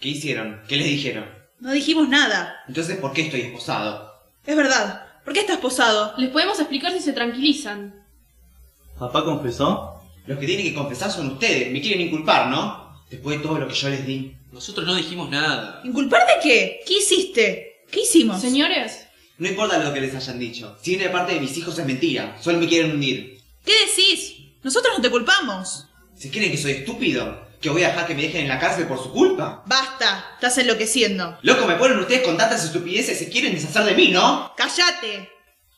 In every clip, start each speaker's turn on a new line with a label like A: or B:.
A: ¿Qué hicieron? ¿Qué les dijeron?
B: No dijimos nada.
A: Entonces, ¿por qué estoy esposado?
B: Es verdad. ¿Por qué estás posado?
C: Les podemos explicar si se tranquilizan.
D: ¿Papá confesó?
A: Los que tienen que confesar son ustedes. Me quieren inculpar, ¿no? Después de todo lo que yo les di.
E: Nosotros no dijimos nada.
B: ¿Inculpar de qué? ¿Qué hiciste? ¿Qué hicimos?
C: Señores,
A: No importa lo que les hayan dicho. Si viene de parte de mis hijos es mentira. Solo me quieren hundir.
B: ¿Qué decís? Nosotros no te culpamos.
A: Si creen que soy estúpido, que voy a dejar que me dejen en la cárcel por su culpa.
B: Basta. Estás enloqueciendo.
A: Loco, me ponen ustedes con tantas estupideces. Se quieren deshacer de mí, ¿no?
B: ¡Cállate!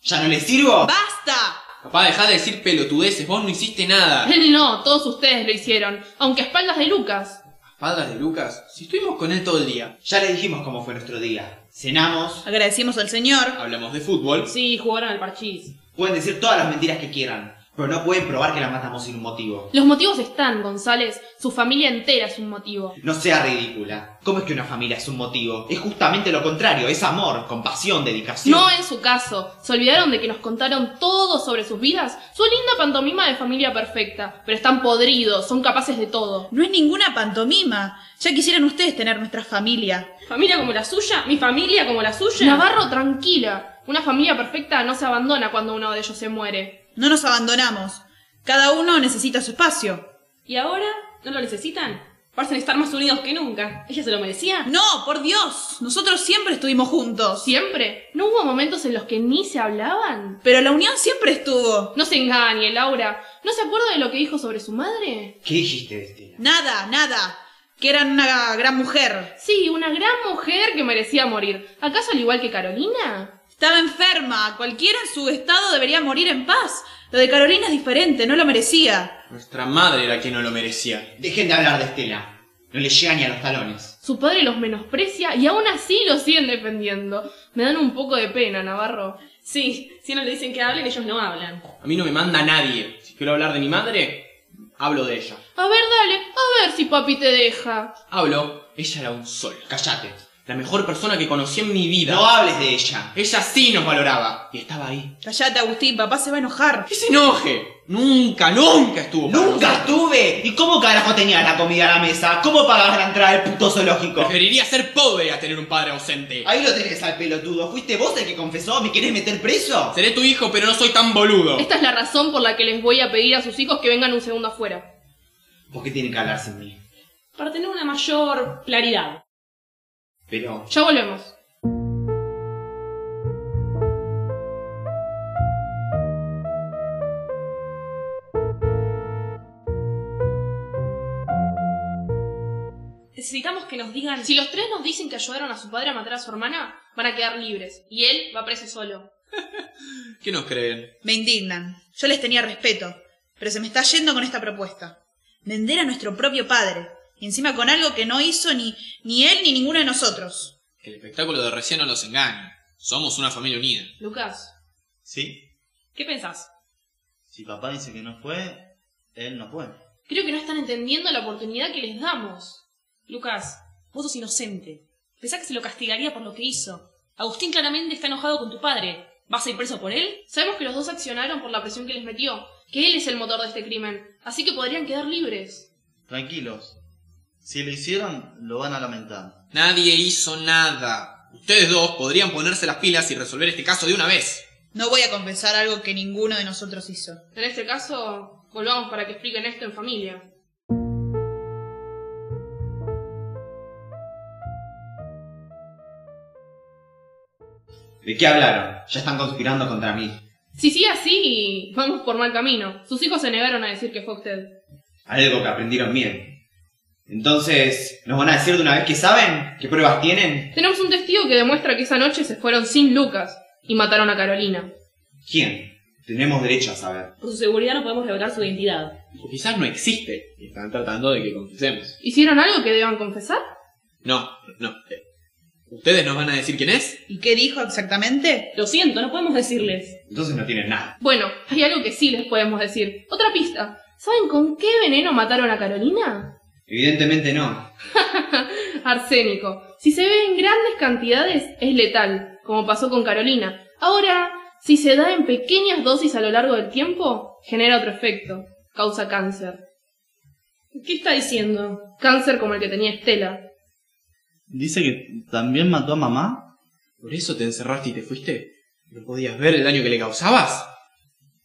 A: ¿Ya no les sirvo?
B: ¡Basta!
E: Papá, dejá de decir pelotudeces, vos no hiciste nada.
C: él no, todos ustedes lo hicieron, aunque a espaldas de Lucas.
E: Padres de Lucas, si estuvimos con él todo el día,
A: Ya les dijimos cómo fue nuestro día. Cenamos.
B: Agradecimos al Señor.
E: hablamos de fútbol,
C: Sí, jugaron al parchís.
A: Pueden decir todas las mentiras que quieran. Pero no pueden probar que las matamos sin un motivo.
C: Los motivos están, González. Su familia entera es un motivo.
A: No sea ridícula. ¿Cómo es que una familia es un motivo? Es justamente lo contrario. Es amor, compasión, dedicación.
C: No eh. en su caso. Se olvidaron de que nos contaron todo sobre sus vidas. Su linda pantomima de familia perfecta. Pero están podridos, son capaces de todo.
B: No es ninguna pantomima. Ya quisieran ustedes tener nuestra familia.
F: ¿Familia como la suya? ¿Mi familia como la suya?
C: Navarro, tranquila. Una familia perfecta no se abandona cuando uno de ellos se muere.
B: No nos abandonamos. Cada uno necesita su espacio.
F: ¿Y ahora? ¿No lo necesitan? Parecen estar más unidos que nunca. ¿Ella se lo merecía?
B: No, por Dios. Nosotros siempre estuvimos juntos.
C: ¿Siempre? ¿No hubo momentos en los que ni se hablaban?
B: Pero la unión siempre estuvo.
C: No se engañe, Laura. ¿No se acuerda de lo que dijo sobre su madre?
A: ¿Qué dijiste, Destina?
B: Nada, nada. Que eran una gran mujer.
C: Sí, una gran mujer que merecía morir. ¿Acaso al igual que Carolina?
B: Estaba enferma. Cualquiera en su estado debería morir en paz. Lo de Carolina es diferente, no lo merecía.
E: nuestra madre era quien no lo merecía.
A: Dejen de hablar de Estela. No le llega ni a los talones.
C: Su padre los menosprecia y aún así los siguen defendiendo. Me dan un poco de pena, Navarro.
F: Sí, si no le dicen que hablen, ellos no hablan.
E: A mí no me manda nadie. Si quiero hablar de mi madre, hablo de ella.
C: A ver, dale, a ver si papi te deja.
E: Hablo, ella era un sol.
A: Cállate.
E: La mejor persona que conocí en mi vida.
A: No hables de ella.
E: Ella sí nos valoraba. Y estaba ahí.
B: Callate, Agustín, papá se va a enojar.
E: ¡Que se enoje! Nunca, nunca estuvo. para
A: ¡Nunca
E: nosotros.
A: estuve! ¿Y cómo carajo tenía la comida a la mesa? ¿Cómo pagabas la entrada del puto zoológico?
E: Preferiría ser pobre a tener un padre ausente.
A: Ahí lo tenés al pelotudo. ¿Fuiste vos el que confesó? ¿Me querés meter preso?
E: Seré tu hijo, pero no soy tan boludo.
C: Esta es la razón por la que les voy a pedir a sus hijos que vengan un segundo afuera.
A: ¿Por qué tienen que hablar sin mí?
F: Para tener una mayor claridad.
A: Pero...
C: Ya volvemos.
F: Necesitamos que nos digan...
C: Si los tres nos dicen que ayudaron a su padre a matar a su hermana, van a quedar libres. Y él va preso solo.
E: ¿Qué nos creen?
B: Me indignan. Yo les tenía respeto, pero se me está yendo con esta propuesta. Vender a nuestro propio padre, y encima con algo que no hizo ni, ni él ni ninguno de nosotros.
E: El espectáculo de recién no los engaña. Somos una familia unida.
C: Lucas,
D: Sí.
F: ¿Qué pensás?
D: Si papá dice que no fue, él no fue.
C: creo que no están entendiendo la oportunidad que les damos.
F: Lucas, vos sos inocente. Pensá que se lo castigaría por lo que hizo. Agustín claramente está enojado con tu padre. ¿Vas a ir preso por él?
C: Sabemos que los dos accionaron por la presión que les metió, que él es el motor de este crimen, así que podrían quedar libres.
D: Tranquilos. Si lo hicieron, lo van a lamentar.
E: Nadie hizo nada. Ustedes dos podrían ponerse las pilas y resolver este caso de una vez.
B: No voy a confesar algo que ninguno de nosotros hizo.
C: En este caso, volvamos para que expliquen esto en familia.
A: ¿De qué hablaron? Ya están conspirando contra mí.
C: Si sigue así, vamos por mal camino. Sus hijos se negaron a decir que fue usted.
A: Algo que aprendieron bien. Entonces, ¿nos van a decir de una vez que saben? ¿Qué pruebas tienen?
C: Tenemos un testigo que demuestra que esa noche se fueron sin Lucas y mataron a Carolina.
A: ¿Quién? Tenemos derecho a saber.
F: Por su seguridad no podemos revelar su identidad.
E: O quizás no existe y están tratando de que confesemos.
C: ¿Hicieron algo que deban confesar?
E: No, no. eh, ¿Ustedes nos van a decir quién es?
B: ¿Y qué dijo exactamente?
F: Lo siento, no podemos decirles.
A: Entonces no tienen nada.
C: Bueno, hay algo que sí les podemos decir. Otra pista. ¿Saben con qué veneno mataron a Carolina?
A: Evidentemente no.
C: Arsénico. Si se ve en grandes cantidades, es letal, como pasó con Carolina. Ahora, si se da en pequeñas dosis a lo largo del tiempo, genera otro efecto. Causa cáncer.
F: ¿Qué está diciendo?
C: Cáncer como el que tenía Estela.
D: Dice que también mató a mamá.
E: ¿Por eso te encerraste y te fuiste? ¿No podías ver el daño que le causabas?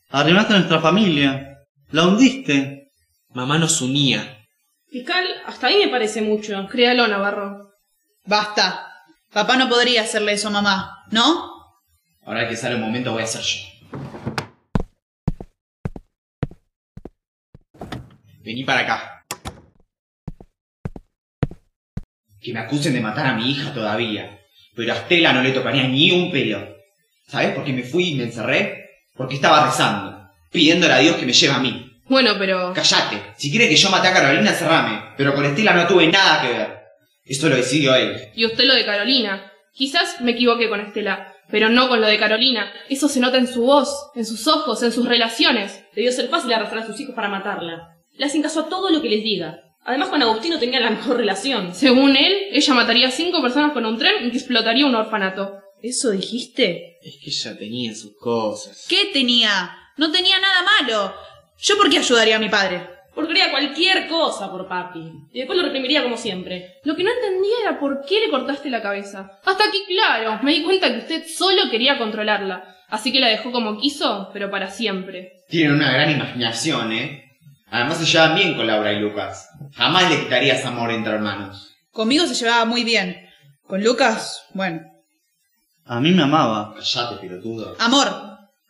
D: Arruinaste a nuestra familia. La hundiste.
E: Mamá nos unía.
F: Fiscal, hasta ahí me parece mucho.
C: Créalo, Navarro.
B: Basta. Papá no podría hacerle eso a mamá, ¿no?
A: Ahora que sale el momento voy a hacer yo.
E: Vení para acá.
A: Que me acusen de matar a mi hija todavía. Pero a Estela no le tocaría ni un pelo. ¿Sabes por qué me fui y me encerré? Porque estaba rezando, pidiéndole a Dios que me lleve a mí.
C: Bueno, pero.
A: Callate, si quiere que yo mate a Carolina, cerrame. Pero con Estela no tuve nada que ver. Eso lo decidió él.
C: Y usted lo de Carolina. Quizás me equivoque con Estela, pero no con lo de Carolina. Eso se nota en su voz, en sus ojos, en sus relaciones.
F: Debió ser fácil arrastrar a sus hijos para matarla. Le hacen caso a todo lo que les diga. Además, con Agustín no tenía la mejor relación.
C: Según él, ella mataría a cinco personas con un tren y que explotaría un orfanato.
B: ¿Eso dijiste?
E: Es que ella tenía sus cosas.
B: ¿Qué tenía? No tenía nada malo. ¿Yo por qué ayudaría a mi padre?
F: Porque haría cualquier cosa por papi. Y después lo reprimiría como siempre.
C: Lo que no entendía era por qué le cortaste la cabeza. Hasta aquí, claro, me di cuenta que usted solo quería controlarla. Así que la dejó como quiso, pero para siempre.
A: Tienen una gran imaginación, ¿eh? Además se llevan bien con Laura y Lucas. Jamás le quitarías amor entre hermanos.
B: Conmigo se llevaba muy bien. Con Lucas, bueno.
D: A mí me amaba.
A: Callate, pelotudo.
B: Amor.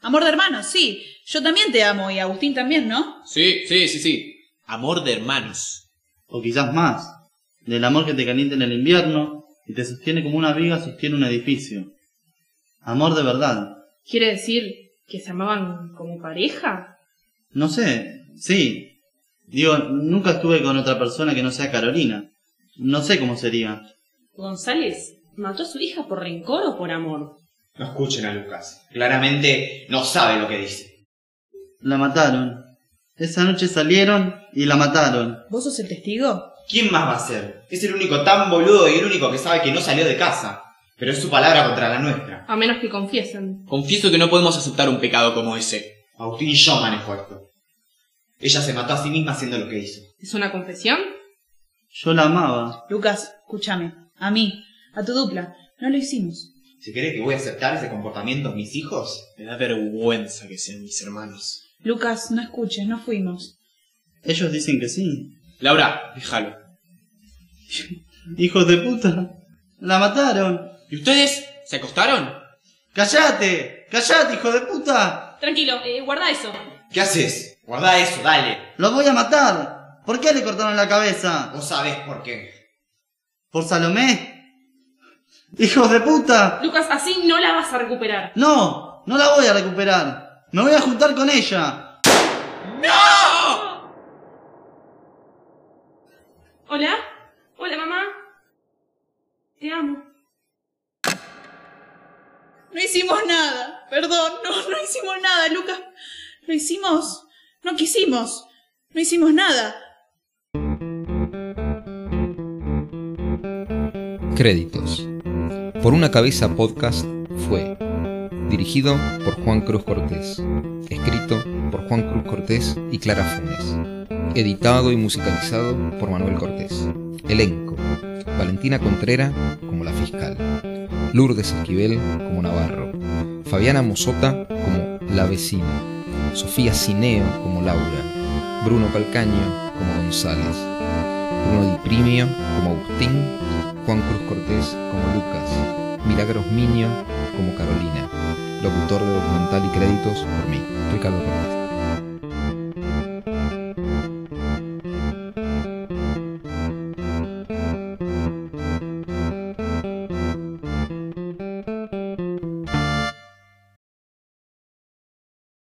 B: Amor de hermanos, sí. Yo también te amo y Agustín también, ¿no?
E: Sí, sí, sí, sí. Amor de hermanos.
D: O quizás más. Del amor que te calienta en el invierno y te sostiene como una viga sostiene un edificio. Amor de verdad.
C: ¿Quiere decir que se amaban como pareja?
D: No sé, sí. Digo, nunca estuve con otra persona que no sea Carolina. No sé cómo sería.
F: González mató a su hija por rencor o por amor.
A: No escuchen a Lucas. Claramente no sabe lo que dice.
D: La mataron. Esa noche salieron y la mataron.
B: ¿Vos sos el testigo?
A: ¿Quién más va a ser? Es el único tan boludo y el único que sabe que no salió de casa. Pero es su palabra contra la nuestra.
C: A menos que confiesen.
E: Confieso que no podemos aceptar un pecado como ese.
A: Agustín y yo manejo esto. Ella se mató a sí misma haciendo lo que hizo.
C: ¿Es una confesión?
D: Yo la amaba.
B: Lucas, escúchame. A mí, a tu dupla. No lo hicimos.
A: ¿Se cree que voy a aceptar ese comportamiento de mis hijos?
E: Me da vergüenza que sean mis hermanos.
B: Lucas, no escuches, no fuimos.
D: Ellos dicen que sí.
E: Laura, déjalo.
D: Hijos de puta. La mataron.
E: ¿Y ustedes? ¿Se acostaron?
D: ¡Cállate! ¡Cállate, hijo de puta!
F: Tranquilo, eh, guarda eso.
A: ¿Qué haces? Guarda eso, dale.
D: ¡Los voy a matar! ¿Por qué le cortaron la cabeza?
A: Vos sabés por qué.
D: ¿Por Salomé? ¡Hijos de puta!
F: Lucas, así no la vas a recuperar.
D: No, no la voy a recuperar. Me voy a juntar con ella.
F: Hola. Hola, mamá. Te amo.
B: No hicimos nada. Perdón, no, no hicimos nada, Lucas. Lo hicimos. No quisimos. No hicimos nada.
G: Créditos. Por una cabeza podcast fue dirigido por Juan Cruz Cortés, escrito por Juan Cruz Cortés y Clara Funes, editado y musicalizado por Manuel Cortés. Elenco. Valentina Contrera como la fiscal, Lourdes Esquivel como Navarro, Fabiana Mosota como la vecina, Sofía Cineo como Laura, Bruno Calcaño como González, Bruno Di Primio como Agustín Juan Cruz Cortés como Lucas, Milagros Miño como Carolina, locutor de documental y créditos por mí, Ricardo Cortés.